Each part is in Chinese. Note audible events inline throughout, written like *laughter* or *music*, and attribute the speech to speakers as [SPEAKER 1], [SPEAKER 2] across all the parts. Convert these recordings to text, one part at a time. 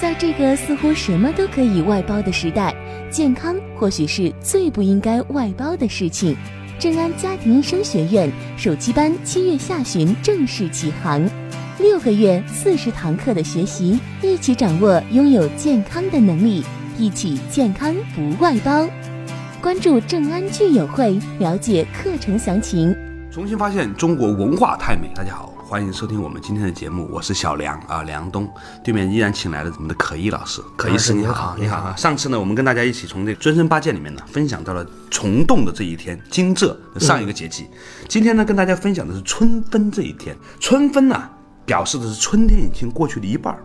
[SPEAKER 1] 在这个似乎什么都可以外包的时代，健康或许是最不应该外包的事情。正安家庭医生学院暑期班七月下旬正式启航，六个月四十堂课的学习，一起掌握拥有健康的能力，一起健康不外包。关注正安聚友会，了解课程详情。
[SPEAKER 2] 重新发现中国文化太美。大家好，欢迎收听我们今天的节目，我是小梁啊，梁东。对面依然请来了我们的可一老师，可一师啊
[SPEAKER 3] 老师
[SPEAKER 2] 你
[SPEAKER 3] 您
[SPEAKER 2] 好
[SPEAKER 3] 好，
[SPEAKER 2] 你
[SPEAKER 3] 您
[SPEAKER 2] 好
[SPEAKER 3] 好
[SPEAKER 2] 啊。上次呢，我们跟大家一起从这个《尊生八戒》里面呢，分享到了虫洞的这一天，惊蛰上一个节气。今天呢，跟大家分享的是春分这一天。春分呢、表示的是春天已经过去了一半儿，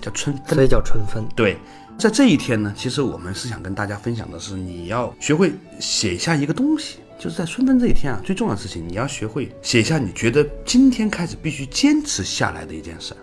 [SPEAKER 2] 叫春分。
[SPEAKER 3] 所以叫春分。
[SPEAKER 2] 对，在这一天呢，其实我们是想跟大家分享的是，你要学会写下一个东西，就是在春分这一天啊，最重要的事情，你要学会写下你觉得今天开始必须坚持下来的一件事儿。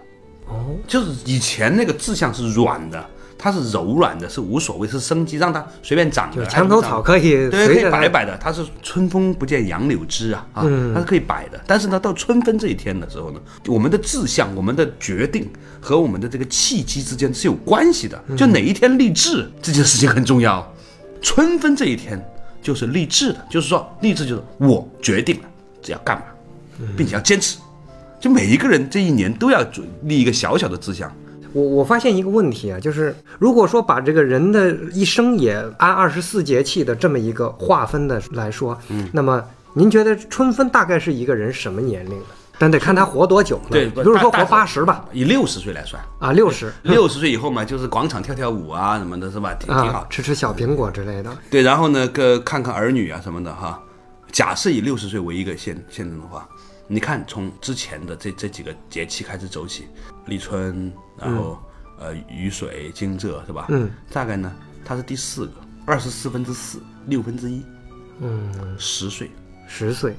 [SPEAKER 3] 哦，
[SPEAKER 2] 就是以前那个志向是软的，它是柔软的，是无所谓，是生机，让它随便长
[SPEAKER 3] 就
[SPEAKER 2] 的。
[SPEAKER 3] 是墙头草可以
[SPEAKER 2] 对，可
[SPEAKER 3] 随
[SPEAKER 2] 以
[SPEAKER 3] 着
[SPEAKER 2] 摆一摆的，它是春风不见杨柳枝啊啊，
[SPEAKER 3] 嗯
[SPEAKER 2] 它是可以摆的。但是呢，到春分这一天的时候呢，我们的志向、我们的决定和我们的这个契机之间是有关系
[SPEAKER 3] 嗯
[SPEAKER 2] 的。就哪一天立志这件事情很重要，春分这一天就是立志的，就是说立志就是我决定了这要干嘛，
[SPEAKER 3] 嗯
[SPEAKER 2] 并且要坚持。就每一个人这一年都要准立一个小小的志向，
[SPEAKER 3] 我我发现一个问题啊，就是如果说把这个人的一生也按二十四节气的这么一个划分的来说，嗯，那么您觉得春分大概是一个人什么年龄呢？但得看他活多久了。
[SPEAKER 2] 对
[SPEAKER 3] 比如说
[SPEAKER 2] 大
[SPEAKER 3] 活
[SPEAKER 2] 大
[SPEAKER 3] 八十吧，
[SPEAKER 2] 以六十岁来
[SPEAKER 3] *laughs*
[SPEAKER 2] 算。
[SPEAKER 3] 啊，六十
[SPEAKER 2] 六十岁以后嘛，就是广场跳跳舞啊什么的，是吧？挺挺好
[SPEAKER 3] 啊，。吃吃小苹果之类的。
[SPEAKER 2] 对，然后呢，个看看儿女啊什么的哈。假设以六十岁为一个限限定的话，你看从之前的这这几个节气开始走起，立春，然后、呃雨水、惊蛰是吧？
[SPEAKER 3] 嗯，
[SPEAKER 2] 大概呢，它是第四个，二十四分之四，六分之一，嗯，十岁，
[SPEAKER 3] 十岁，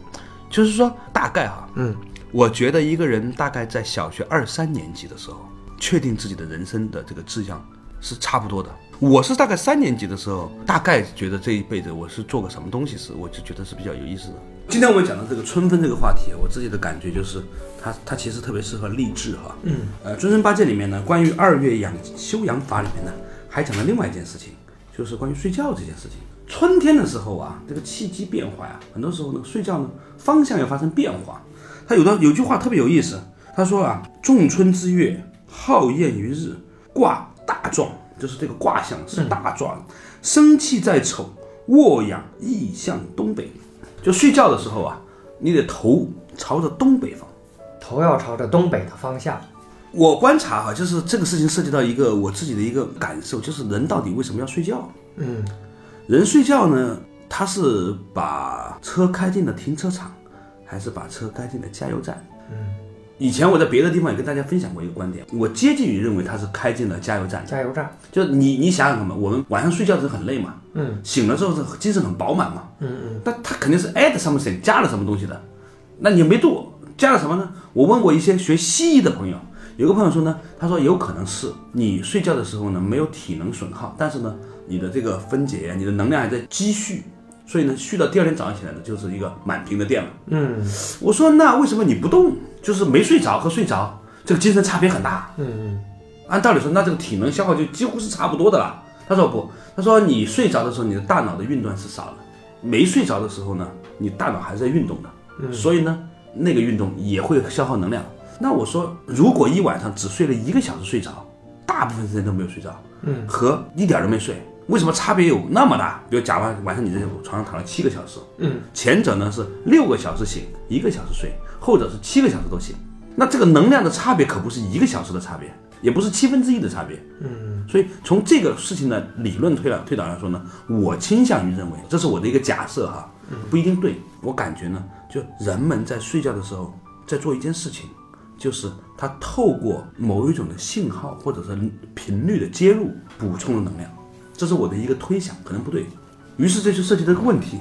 [SPEAKER 2] 就是说大概哈，
[SPEAKER 3] 嗯，
[SPEAKER 2] 我觉得一个人大概在小学二三年级的时候，确定自己的人生的这个志向是差不多的。我是大概三年级的时候，大概觉得这一辈子我是做个什么东西是，我就觉得是比较有意思的。今天我们讲的这个春分这个话题，我自己的感觉就是，它它其实特别适合励志哈。嗯，呃，《尊生八戒》里面呢，关于二月养修养法里面呢，还讲了另外一件事情，就是关于睡觉这件事情。春天的时候啊，这个气机变化呀、很多时候呢，睡觉呢方向要发生变化。他有的有句话特别有意思，他说啊，仲春之月，好宴于日，卦大壮，就是这个卦象是大壮，生气在丑，卧养意向东北。就睡觉的时候啊，你得头朝着东北方。
[SPEAKER 3] 头要朝着东北的方向。
[SPEAKER 2] 我观察哈、就是这个事情涉及到一个我自己的一个感受，就是人到底为什么要睡觉？
[SPEAKER 3] 嗯，
[SPEAKER 2] 人睡觉呢，他是把车开进了停车场，还是把车开进了加油站？嗯，以前我在别的地方也跟大家分享过一个观点，我接近于认为他是开进了加油站。
[SPEAKER 3] 加油站。
[SPEAKER 2] 就是你你想想看嘛，我们晚上睡觉的时候很累嘛，
[SPEAKER 3] 嗯，
[SPEAKER 2] 醒了之后是精神很饱满嘛，嗯嗯，但他肯定是 add something 加了什么东西的，那你没做加了什么呢？我问过一些学西医的朋友，有个朋友说呢，他说有可能是你睡觉的时候呢没有体能损耗，但是呢你的这个分解呀，你的能量还在积蓄，所以呢蓄到第二天早上起来呢就是一个满屏的电了。
[SPEAKER 3] 嗯，
[SPEAKER 2] 我说那为什么你不动？就是没睡着和睡着这个精神差别很大。嗯，按道理说，那这个体能消耗就几乎是差不多的了。他说不，他说你睡着的时候，你的大脑的运动是少的；没睡着的时候呢，你大脑还是在运动的，所以呢，那个运动也会消耗能量。那我说，如果一晚上只睡了一个小时睡着，大部分时间都没有睡着，嗯，和一点儿都没睡，为什么差别有那么大？比如假如晚上你在床上躺了七个小时，前者呢是六个小时醒，一个小时睡；后者是七个小时都醒。那这个能量的差别可不是一个小时的差别，也不是七分之一的差别。嗯，所以从这个事情的理论推导推导来说呢，我倾向于认为，这是我的一个假设哈，不一定对。我感觉呢，就人们在睡觉的时候在做一件事情，就是他透过某一种的信号或者是频率的接入补充了能量，这是我的一个推想，可能不对。于是这就涉及到一个问题，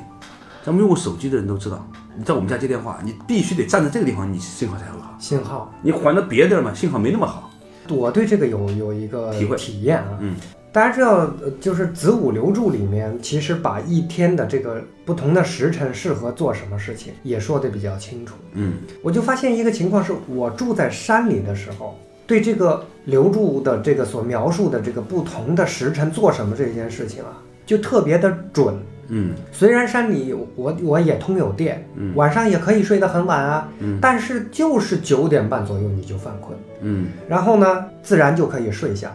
[SPEAKER 2] 咱们用过手机的人都知道，你在我们家接电话，你必须得站在这个地方，你信号才会好。
[SPEAKER 3] 信号。
[SPEAKER 2] 你换到别的地儿嘛，信号没那么好。
[SPEAKER 3] 我对这个有有一个
[SPEAKER 2] 体会
[SPEAKER 3] 体验啊，
[SPEAKER 2] 嗯，
[SPEAKER 3] 大家知道，呃就是子午流注里面，其实把一天的这个不同的时辰适合做什么事情也说的比较清楚。
[SPEAKER 2] 嗯
[SPEAKER 3] 我就发现一个情况是，我住在山里的时候，对这个刘柱的这个所描述的这个不同的时辰做什么这件事情啊，就特别的准。
[SPEAKER 2] 嗯
[SPEAKER 3] 虽然山里我我也通有电，
[SPEAKER 2] 嗯
[SPEAKER 3] 晚上也可以睡得很晚啊，
[SPEAKER 2] 嗯
[SPEAKER 3] 但是就是九点半左右你就犯困，
[SPEAKER 2] 嗯
[SPEAKER 3] 然后呢，自然就可以睡下。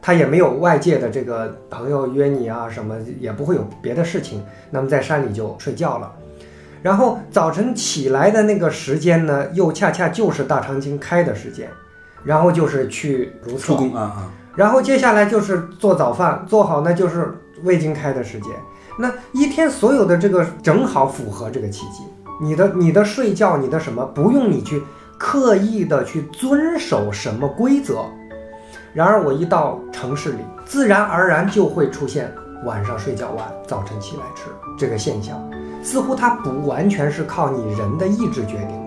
[SPEAKER 3] 他也没有外界的这个朋友约你啊什么，也不会有别的事情。那么在山里就睡觉了。然后早晨起来的那个时间呢，又恰恰就是大长今开的时间，然后就是去如厕
[SPEAKER 2] 出，宫啊啊，
[SPEAKER 3] 然后接下来就是做早饭，做好呢就是未经开的时间。那一天所有的这个正好符合这个契机，你的你的睡觉，你的什么不用你去刻意的去遵守什么规则。然而我一到城市里，自然而然就会出现晚上睡觉晚，早晨起来迟这个现象，似乎它不完全是靠你人的意志决定的。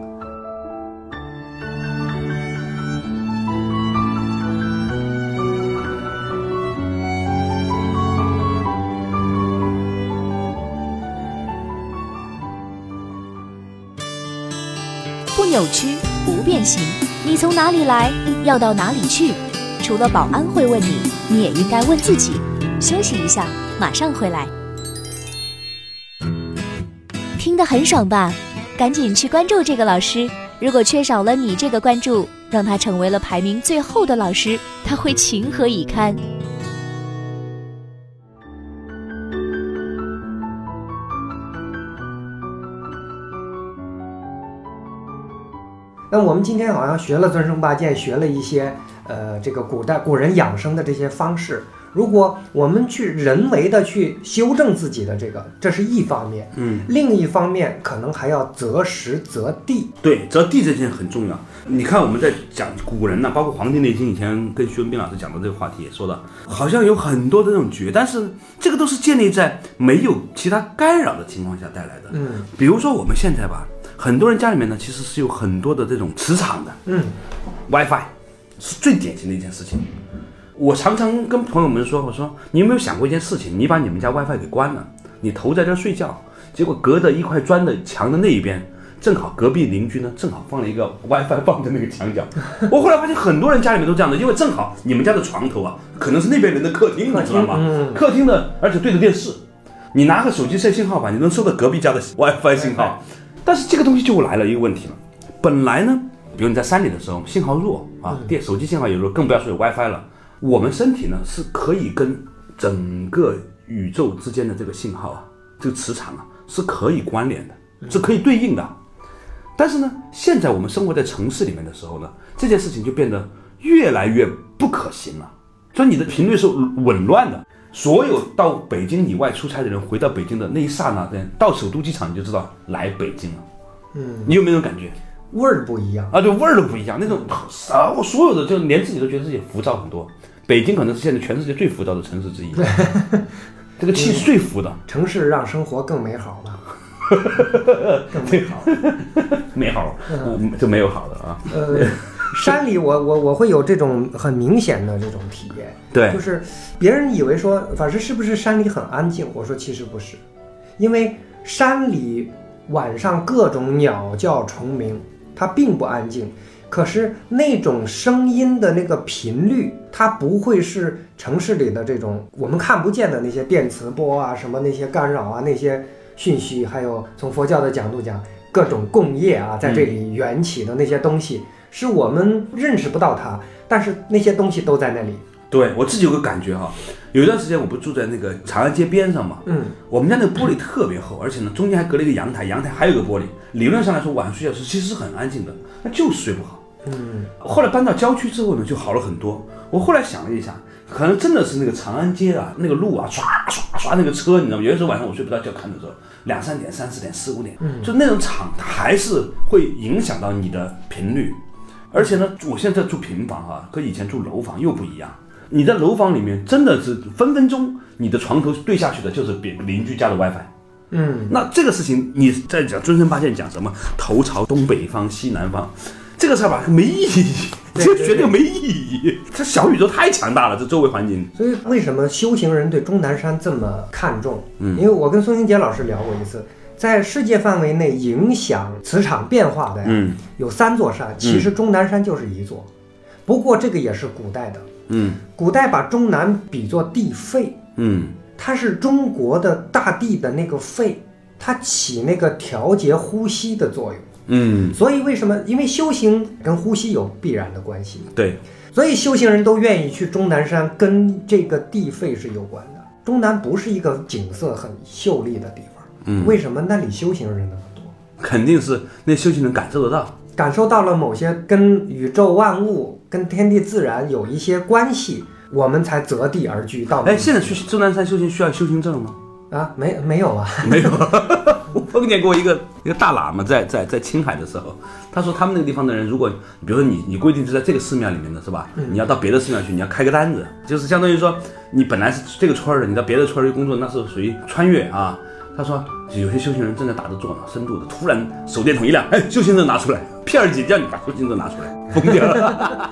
[SPEAKER 1] 不扭曲，不变形。你从哪里来，要到哪里去？除了保安会问你，你也应该问自己。休息一下，马上回来。听得很爽吧？赶紧去关注这个老师。如果缺少了你这个关注，让他成为了排名最后的老师，他会情何以堪？
[SPEAKER 3] 那我们今天好像学了尊生八戒，学了一些呃这个古代古人养生的这些方式。如果我们去人为的去修正自己的这个，这是一方面；
[SPEAKER 2] 嗯，
[SPEAKER 3] 另一方面，可能还要择时择地。
[SPEAKER 2] 对，择地这件很重要。你看我们在讲古人呐、包括《黄帝内经》，以前跟徐文斌老师讲到这个话题也说到，好像有很多的这种诀，但是这个都是建立在没有其他干扰的情况下带来的。
[SPEAKER 3] 嗯
[SPEAKER 2] 比如说我们现在吧，很多人家里面呢其实是有很多的这种磁场的
[SPEAKER 3] 嗯
[SPEAKER 2] WiFi，是最典型的一件事情。我常常跟朋友们说，我说你有没有想过一件事情？你把你们家 WiFi 给关了，你头在这儿睡觉，结果隔着一块砖的墙的那一边，正好隔壁邻居呢正好放了一个 WiFi *laughs* 放在那个墙角。我后来发现很多人家里面都这样的，因为正好你们家的床头啊，可能是那边人的客厅，嗯你知道吗？客厅的，而且对着电视，你拿个手机设信号吧，你能收到隔壁家的 *laughs* WiFi 信号。但是这个东西就来了一个问题了，本来呢，比如你在山里的时候信号弱啊，电手机信号也弱，更不要说有 WiFi 了。我们身体呢是可以跟整个宇宙之间的这个信号啊，这个磁场啊是可以关联的，是可以对应的。但是呢，现在我们生活在城市里面的时候呢，这件事情就变得越来越不可行了，所以你的频率是紊乱的。所有到北京以外出差的人回到北京的那一刹那间，到首都机场你就知道来北京了。
[SPEAKER 3] 嗯，
[SPEAKER 2] 你有没有那种感觉？
[SPEAKER 3] 味儿不一样。
[SPEAKER 2] 啊，对，味儿都不一样，那种啊，我所有的就连自己都觉得自己浮躁很多。北京可能是现在全世界最浮躁的城市之一，这个气是最浮的，
[SPEAKER 3] 城市让生活更美好嘛， *laughs* 更美好。
[SPEAKER 2] 没好，嗯，就没有好的啊。
[SPEAKER 3] *laughs* 呃，山里我我我会有这种很明显的这种体验。
[SPEAKER 2] 对
[SPEAKER 3] 就，是别人以为说法师是不是山里很安静？我说其实不是，因为山里晚上各种鸟叫虫鸣，它并不安静。可是那种声音的那个频率，它不会是城市里的这种我们看不见的那些电磁波啊，什么那些干扰啊，那些讯息，还有从佛教的角度讲，各种共业啊，在这里缘起的那些东西，是我们认识不到它，但是那些东西都在那里。
[SPEAKER 2] 对我自己有个感觉哈、有一段时间我不住在那个长安街边上嘛，
[SPEAKER 3] 嗯。
[SPEAKER 2] 我们家那个玻璃特别厚，而且呢中间还隔了一个阳台，阳台还有一个玻璃。理论上来说，晚上睡觉时其实是很安静的，那就是睡不好。
[SPEAKER 3] 嗯
[SPEAKER 2] 后来搬到郊区之后呢，就好了很多。我后来想了一下，可能真的是那个长安街啊，那个路啊，唰唰唰那个车，你知道吗？有的时候晚上我睡不着觉，看的时候两三点、三四点、四五点，就那种场它还是会影响到你的频率。而且呢，我现在住平房啊，和以前住楼房又不一样。你在楼房里面，真的是分分钟你的床头对下去的就是别邻居家的 WiFi。
[SPEAKER 3] 嗯
[SPEAKER 2] 那这个事情你在讲尊生八戒讲什么头朝东北方西南方，这个事儿吧没意义，
[SPEAKER 3] 对
[SPEAKER 2] 这
[SPEAKER 3] 对
[SPEAKER 2] 绝对没意义。这小宇宙太强大了，这周围环境，，
[SPEAKER 3] 所以为什么修行人对终南山这么看重？嗯，因为我跟孙英杰老师聊过一次，在世界范围内影响磁场变化的呀，
[SPEAKER 2] 嗯
[SPEAKER 3] 有三座山，其实终南山就是一座。不过这个也是古代的，
[SPEAKER 2] 嗯
[SPEAKER 3] 古代把中南比作地肺，
[SPEAKER 2] 嗯
[SPEAKER 3] 它是中国的大地的那个肺，它起那个调节呼吸的作用。
[SPEAKER 2] 嗯，
[SPEAKER 3] 所以为什么？因为修行跟呼吸有必然的关系，
[SPEAKER 2] 对，
[SPEAKER 3] 所以修行人都愿意去终南山，跟这个地肺是有关的。终南不是一个景色很秀丽的地方，
[SPEAKER 2] 嗯
[SPEAKER 3] 为什么那里修行人那么多？
[SPEAKER 2] 肯定是那修行人感受得到。
[SPEAKER 3] 感受到了某些跟宇宙万物、跟天地自然有一些关系，我们才择地而居到。
[SPEAKER 2] 哎，现在去终南山修行需要修行证吗？
[SPEAKER 3] 啊，没没有啊？
[SPEAKER 2] *laughs* 没有。我碰见过一个一个大喇嘛在在在青海的时候，他说他们那个地方的人，如果比如说你你规定是在这个寺庙里面的是吧？你要到别的寺庙去，你要开个单子，就是相当于说你本来是这个村儿的，你到别的村儿去工作，那是属于穿越啊。他说有些修行人正在打着坐呢，深度的，突然手电筒一亮，哎，修行证拿出来， *laughs* 片儿姐叫你把修行证拿出来，疯掉了。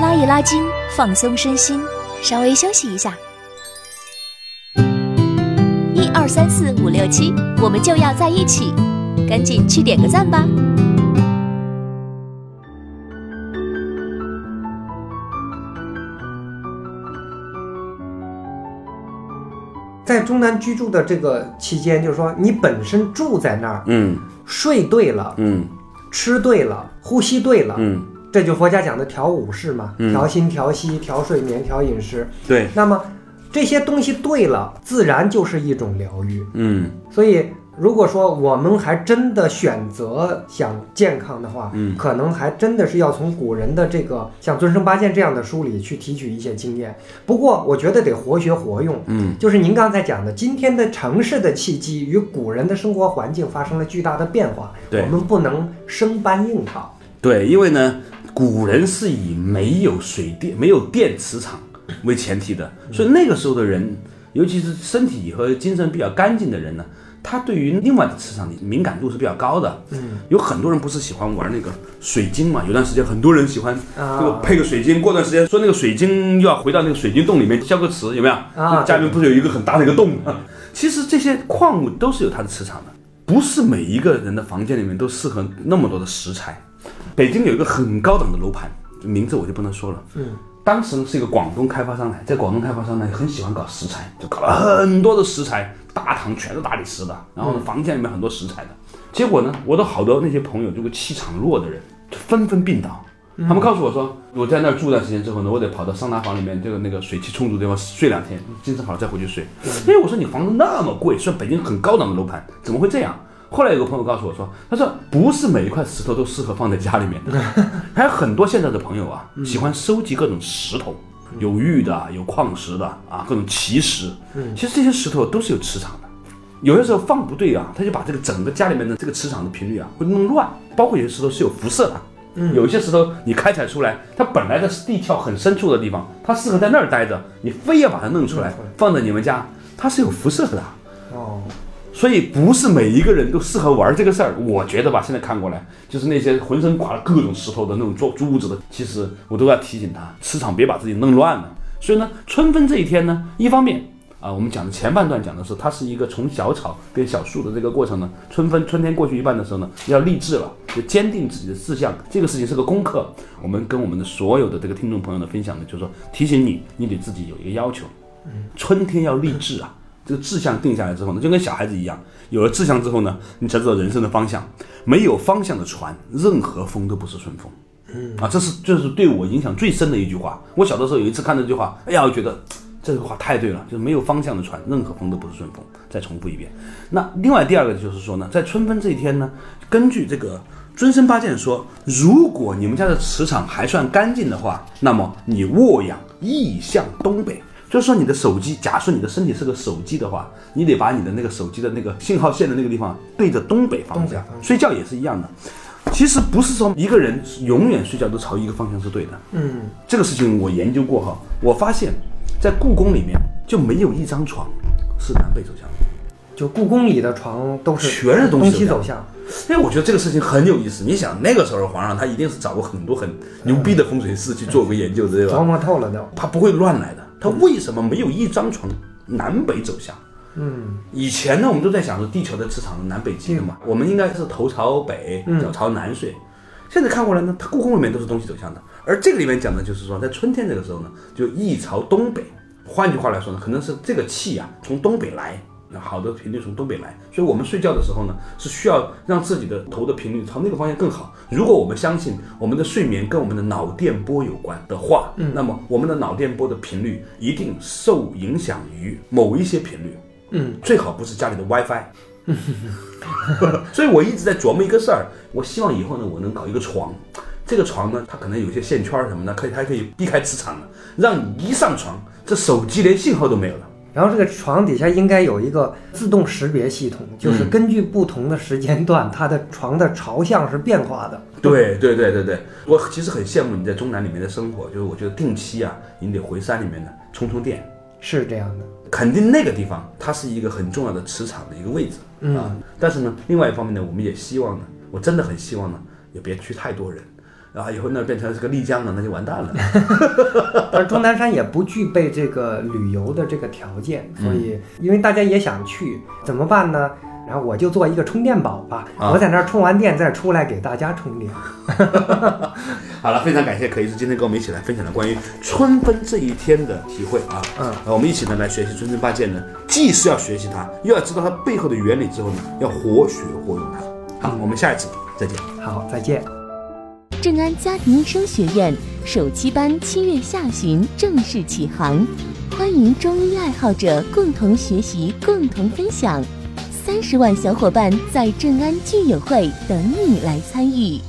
[SPEAKER 4] 拉一拉筋，放松身心，稍微休息一下。一二三四五六七，我们就要在一起，赶紧去点个赞吧！
[SPEAKER 3] 在中南居住的这个期间，就是说你本身住在那儿，
[SPEAKER 2] 嗯
[SPEAKER 3] 睡对了，
[SPEAKER 2] 嗯
[SPEAKER 3] 吃对了，呼吸对了，
[SPEAKER 2] 嗯，
[SPEAKER 3] 这就佛家讲的调五事嘛，
[SPEAKER 2] 嗯
[SPEAKER 3] 调心、调息、调睡眠、调饮食。
[SPEAKER 2] 对，
[SPEAKER 3] 那么这些东西对了，自然就是一种疗愈。
[SPEAKER 2] 嗯
[SPEAKER 3] 所以，如果说我们还真的选择想健康的话，
[SPEAKER 2] 嗯
[SPEAKER 3] 可能还真的是要从古人的这个像《尊生八戒》这样的书里去提取一些经验。不过，我觉得得活学活用。
[SPEAKER 2] 嗯
[SPEAKER 3] 就是您刚才讲的，今天的城市的契机与古人的生活环境发生了巨大的变化，
[SPEAKER 2] 对
[SPEAKER 3] 我们不能生搬硬套。
[SPEAKER 2] 对，因为呢，古人是以没有水电、没有电磁场为前提的，所以那个时候的人，尤其是身体和精神比较干净的人呢，他对于另外的磁场的敏感度是比较高的。
[SPEAKER 3] 嗯，
[SPEAKER 2] 有很多人不是喜欢玩那个水晶嘛？有段时间很多人喜欢
[SPEAKER 3] 啊
[SPEAKER 2] 就配个水晶，过段时间说那个水晶又要回到那个水晶洞里面消个磁，有没有？
[SPEAKER 3] 啊
[SPEAKER 2] 就家里面不是有一个很大的一个洞吗？其实这些矿物都是有它的磁场的，不是每一个人的房间里面都适合那么多的食材。北京有一个很高档的楼盘，名字我就不能说了。
[SPEAKER 3] 嗯，
[SPEAKER 2] 当时呢是一个广东开发商来，在广东开发商呢很喜欢搞食材，就搞了很多的食材，大堂全是大理石的，然后呢房间里面很多食材的。结果呢，我的好多那些朋友，这个气场弱的人，就纷纷病倒。他们告诉我说，我在那儿住段时间之后呢，我得跑到桑拿房里面这个那个水气充足的地方睡两天，精神好了再回去睡。因为我说你房子那么贵，算北京很高档的楼盘，怎么会这样？后来有个朋友告诉我说，他说不是每一块石头都适合放在家里面的，还有很多现在的朋友啊，喜欢收集各种石头，有玉的，有矿石的啊，各种奇石。其实这些石头都是有磁场的。有些时候放不对啊，他就把这个整个家里面的这个磁场的频率啊会弄乱，包括有些石头是有辐射的，嗯，有一些石头你开采出来，它本来在地壳很深处的地方，它适合在那儿待着，你非要把它弄出来
[SPEAKER 3] 弄出来
[SPEAKER 2] 放在你们家，它是有辐射的，
[SPEAKER 3] 哦，
[SPEAKER 2] 所以不是每一个人都适合玩这个事儿。我觉得吧，现在看过来，就是那些浑身挂了各种石头的那种做珠子的，其实我都要提醒他，磁场别把自己弄乱了。所以呢，春分这一天呢，一方面啊、我们讲的前半段讲的是它是一个从小草变小树的这个过程呢，春分春天过去一半的时候呢，要立志了，就坚定自己的志向，这个事情是个功课。我们跟我们的所有的这个听众朋友呢分享的，就是说提醒你，你对自己有一个要求，春天要立志啊，这个志向定下来之后呢，就跟小孩子一样，有了志向之后呢，你才知道人生的方向。没有方向的船，任何风都不是顺风。
[SPEAKER 3] 嗯
[SPEAKER 2] 啊，这是这是对我影响最深的一句话。我小的时候有一次看到这句话，哎呀，我觉得这句话太对了，就是没有方向的船，任何风都不是顺风。再重复一遍。那另外第二个就是说呢，在春分这一天呢，根据这个尊生八戒说，如果你们家的磁场还算干净的话，那么你卧仰意向东北。就是说，你的手机，假设你的身体是个手机的话，你得把你的那个手机的那个信号线的那个地方对着东北方
[SPEAKER 3] 东北
[SPEAKER 2] 向
[SPEAKER 3] 方向
[SPEAKER 2] 睡觉也是一样的。其实不是说一个人永远睡觉都朝一个方向是对的，
[SPEAKER 3] 嗯，
[SPEAKER 2] 这个事情我研究过哈，我发现，在故宫里面就没有一张床是南北走向的，
[SPEAKER 3] 就故宫里的床都是
[SPEAKER 2] 全是
[SPEAKER 3] 东
[SPEAKER 2] 东
[SPEAKER 3] 西
[SPEAKER 2] 西
[SPEAKER 3] 走
[SPEAKER 2] 走
[SPEAKER 3] 向，
[SPEAKER 2] 哎，我觉得这个事情很有意思。你想，那个时候皇上他一定是找过很多很牛逼的风水师去做过研究的，对吧？
[SPEAKER 3] 琢磨透了都。
[SPEAKER 2] 他不会乱来的。他为什么没有一张床南北走向？嗯，以前呢，我们都在想说地球的磁场南北极的嘛，我们应该是头朝北，脚朝南睡。现在看过来呢，它故宫里面都是东西走向的，而这个里面讲的就是说，在春天这个时候呢，就一朝东北。换句话来说呢，可能是这个气啊从东北来，好的频率从东北来，所以我们睡觉的时候呢，是需要让自己的头的频率朝那个方向更好。如果我们相信我们的睡眠跟我们的脑电波有关的话，那么我们的脑电波的频率一定受影响于某一些频率。
[SPEAKER 3] 嗯，
[SPEAKER 2] 最好不是家里的 WiFi。所以我一直在琢磨一个事儿，我希望以后呢，我能搞一个床。这个床呢，它可能有些线圈儿什么的，可以它可以避开磁场的，让你一上床，这手机连信号都没有了。
[SPEAKER 3] 然后这个床底下应该有一个自动识别系统，
[SPEAKER 2] 嗯
[SPEAKER 3] 就是根据不同的时间段，它的床的朝向是变化的。
[SPEAKER 2] 对对对对对，我其实很羡慕你在中南里面的生活，就是我觉得定期啊，你得回山里面呢充充电，
[SPEAKER 3] 是这样的。
[SPEAKER 2] 肯定那个地方它是一个很重要的磁场的一个位置、
[SPEAKER 3] 嗯
[SPEAKER 2] 啊。但是呢，另外一方面呢，我们也希望呢，我真的很希望呢，也别去太多人。啊，以后那变成是个丽江了，那就完蛋了。
[SPEAKER 3] 而终南山也不具备这个旅游的这个条件，所以
[SPEAKER 2] 嗯
[SPEAKER 3] 因为大家也想去，怎么办呢？然后我就做一个充电宝吧，
[SPEAKER 2] 啊
[SPEAKER 3] 我在那儿充完电再出来给大家充电。
[SPEAKER 2] 好了，非常感谢可一是今天跟我们一起来分享了关于春分这一天的体会啊。
[SPEAKER 3] 嗯
[SPEAKER 2] 啊，我们一起呢来学习《春分八戒》呢，既是要学习它，又要知道它背后的原理之后呢，要活学活用它。好，我们下一次再见。
[SPEAKER 3] 好，再见。
[SPEAKER 1] 正安家庭医生学院首期班七月下旬正式启航，欢迎中医爱好者共同学习、共同分享。三十万小伙伴在正安聚友会等你来参与。